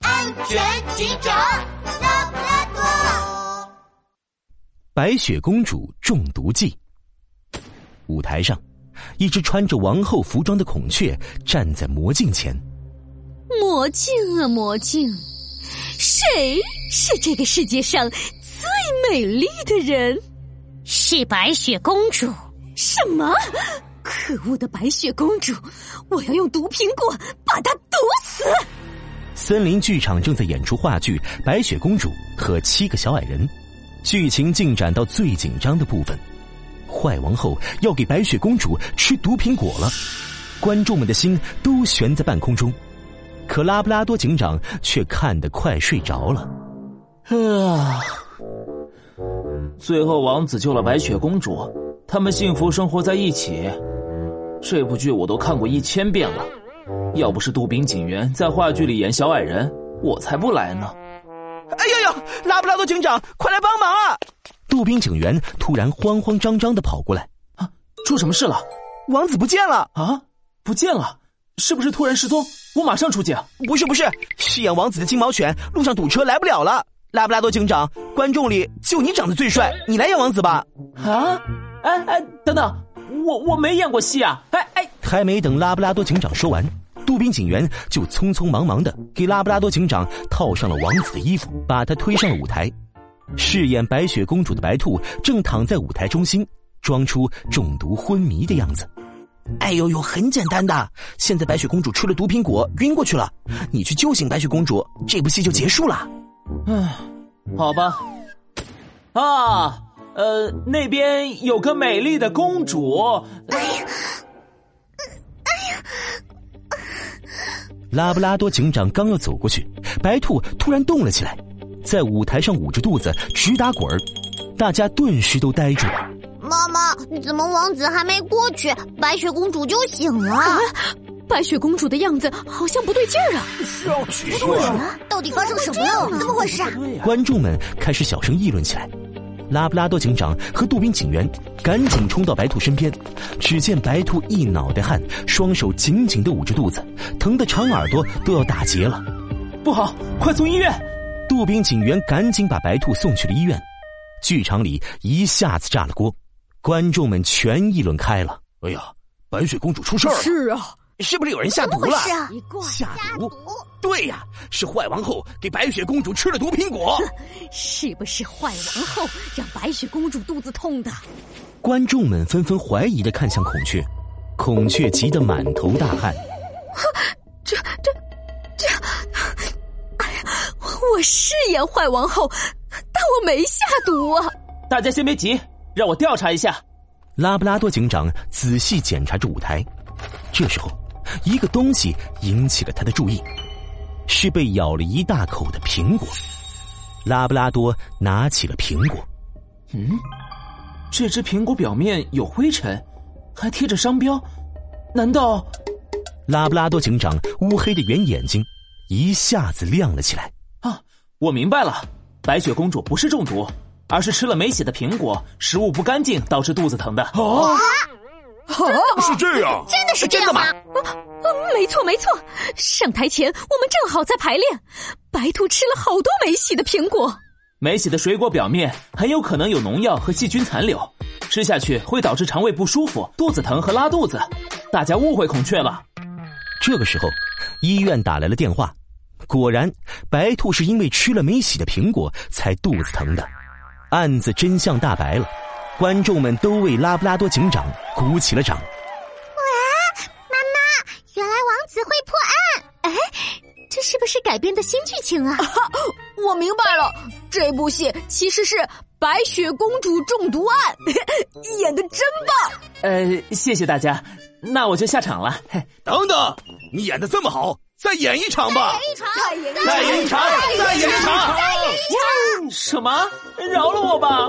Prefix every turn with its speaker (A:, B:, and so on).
A: 安全警长拉布拉多。
B: 白雪公主中毒记。舞台上，一只穿着王后服装的孔雀站在魔镜前。
C: 魔镜啊魔镜，谁是这个世界上最美丽的人？
D: 是白雪公主。
C: 什么？可恶的白雪公主！我要用毒苹果把她毒死！
B: 森林剧场正在演出话剧《白雪公主和七个小矮人》，剧情进展到最紧张的部分，坏王后要给白雪公主吃毒苹果了，观众们的心都悬在半空中，可拉布拉多警长却看得快睡着了。
E: 啊！最后，王子救了白雪公主，他们幸福生活在一起。这部剧我都看过一千遍了，要不是杜宾警员在话剧里演小矮人，我才不来呢。
F: 哎呦呦！拉布拉多警长，快来帮忙啊！
B: 杜宾警员突然慌慌张张的跑过来，
E: 啊，出什么事了？
F: 王子不见了
E: 啊！不见了，是不是突然失踪？我马上出啊警。
F: 不是不是，饰演王子的金毛犬路上堵车来不了了。拉布拉多警长，观众里就你长得最帅，你来演王子吧！
E: 啊，哎哎，等等，我我没演过戏啊！哎哎，
B: 还没等拉布拉多警长说完，杜宾警员就匆匆忙忙的给拉布拉多警长套上了王子的衣服，把他推上了舞台。饰演白雪公主的白兔正躺在舞台中心，装出中毒昏迷的样子。
F: 哎呦呦，很简单的，现在白雪公主吃了毒苹果晕过去了，你去救醒白雪公主，这部戏就结束了。
E: 唉，好吧。啊，呃，那边有个美丽的公主。
A: 哎呀，哎呀！
B: 拉布拉多警长刚要走过去，白兔突然动了起来，在舞台上捂着肚子直打滚儿，大家顿时都呆住了。
A: 妈妈，怎么王子还没过去，白雪公主就醒了？啊、
C: 白雪公主的样子好像不对劲儿啊！
A: 不对啊，到底发生什么了？怎么 回事啊？
B: 观众们开始小声议论起来。拉布拉多警长和杜宾警员赶紧冲到白兔身边，只见白兔一脑袋汗，双手紧紧的捂着肚子，疼得长耳朵都要打结了。
E: 不好，快送医院！
B: 杜宾警员赶紧把白兔送去了医院。剧场里一下子炸了锅，观众们全议论开了。
G: 哎呀，白雪公主出事儿了！
C: 是啊，
F: 是不是有人下毒了？
A: 是啊，
B: 下毒？
F: 对呀、啊，是坏王后给白雪公主吃了毒苹果。
C: 是不是坏王后让白雪公主肚子痛的？
B: 观众们纷纷怀疑的看向孔雀，孔雀急得满头大汗。
C: 啊、这这这！哎呀，我是演坏王后。但我没下毒啊！
E: 大家先别急，让我调查一下。
B: 拉布拉多警长仔细检查着舞台，这时候，一个东西引起了他的注意，是被咬了一大口的苹果。拉布拉多拿起了苹果，
E: 嗯，这只苹果表面有灰尘，还贴着商标，难道？
B: 拉布拉多警长乌黑的圆眼睛一下子亮了起来。
E: 啊，我明白了。白雪公主不是中毒，而是吃了没洗的苹果，食物不干净导致肚子疼的。
A: 哦、
G: 啊，是这样，
A: 真的是
F: 真的吗？
A: 哎
C: 啊，没错没错。上台前我们正好在排练，白兔吃了好多没洗的苹果。
E: 没洗的水果表面很有可能有农药和细菌残留，吃下去会导致肠胃不舒服、肚子疼和拉肚子。大家误会孔雀了。
B: 这个时候，医院打来了电话。果然，白兔是因为吃了没洗的苹果才肚子疼的。案子真相大白了，观众们都为拉布拉多警长鼓起了掌。
A: 哇，妈妈，原来王子会破案！哎，这是不是改编的新剧情啊？啊
C: 我明白了，这部戏其实是白雪公主中毒案， 演的真棒！
E: 呃，谢谢大家，那我就下场了。
G: 等等，你演的这么好。再演一场吧！
A: 再演一场！
G: 再演一场！
A: 再演一场！
E: 什么？饶了我吧！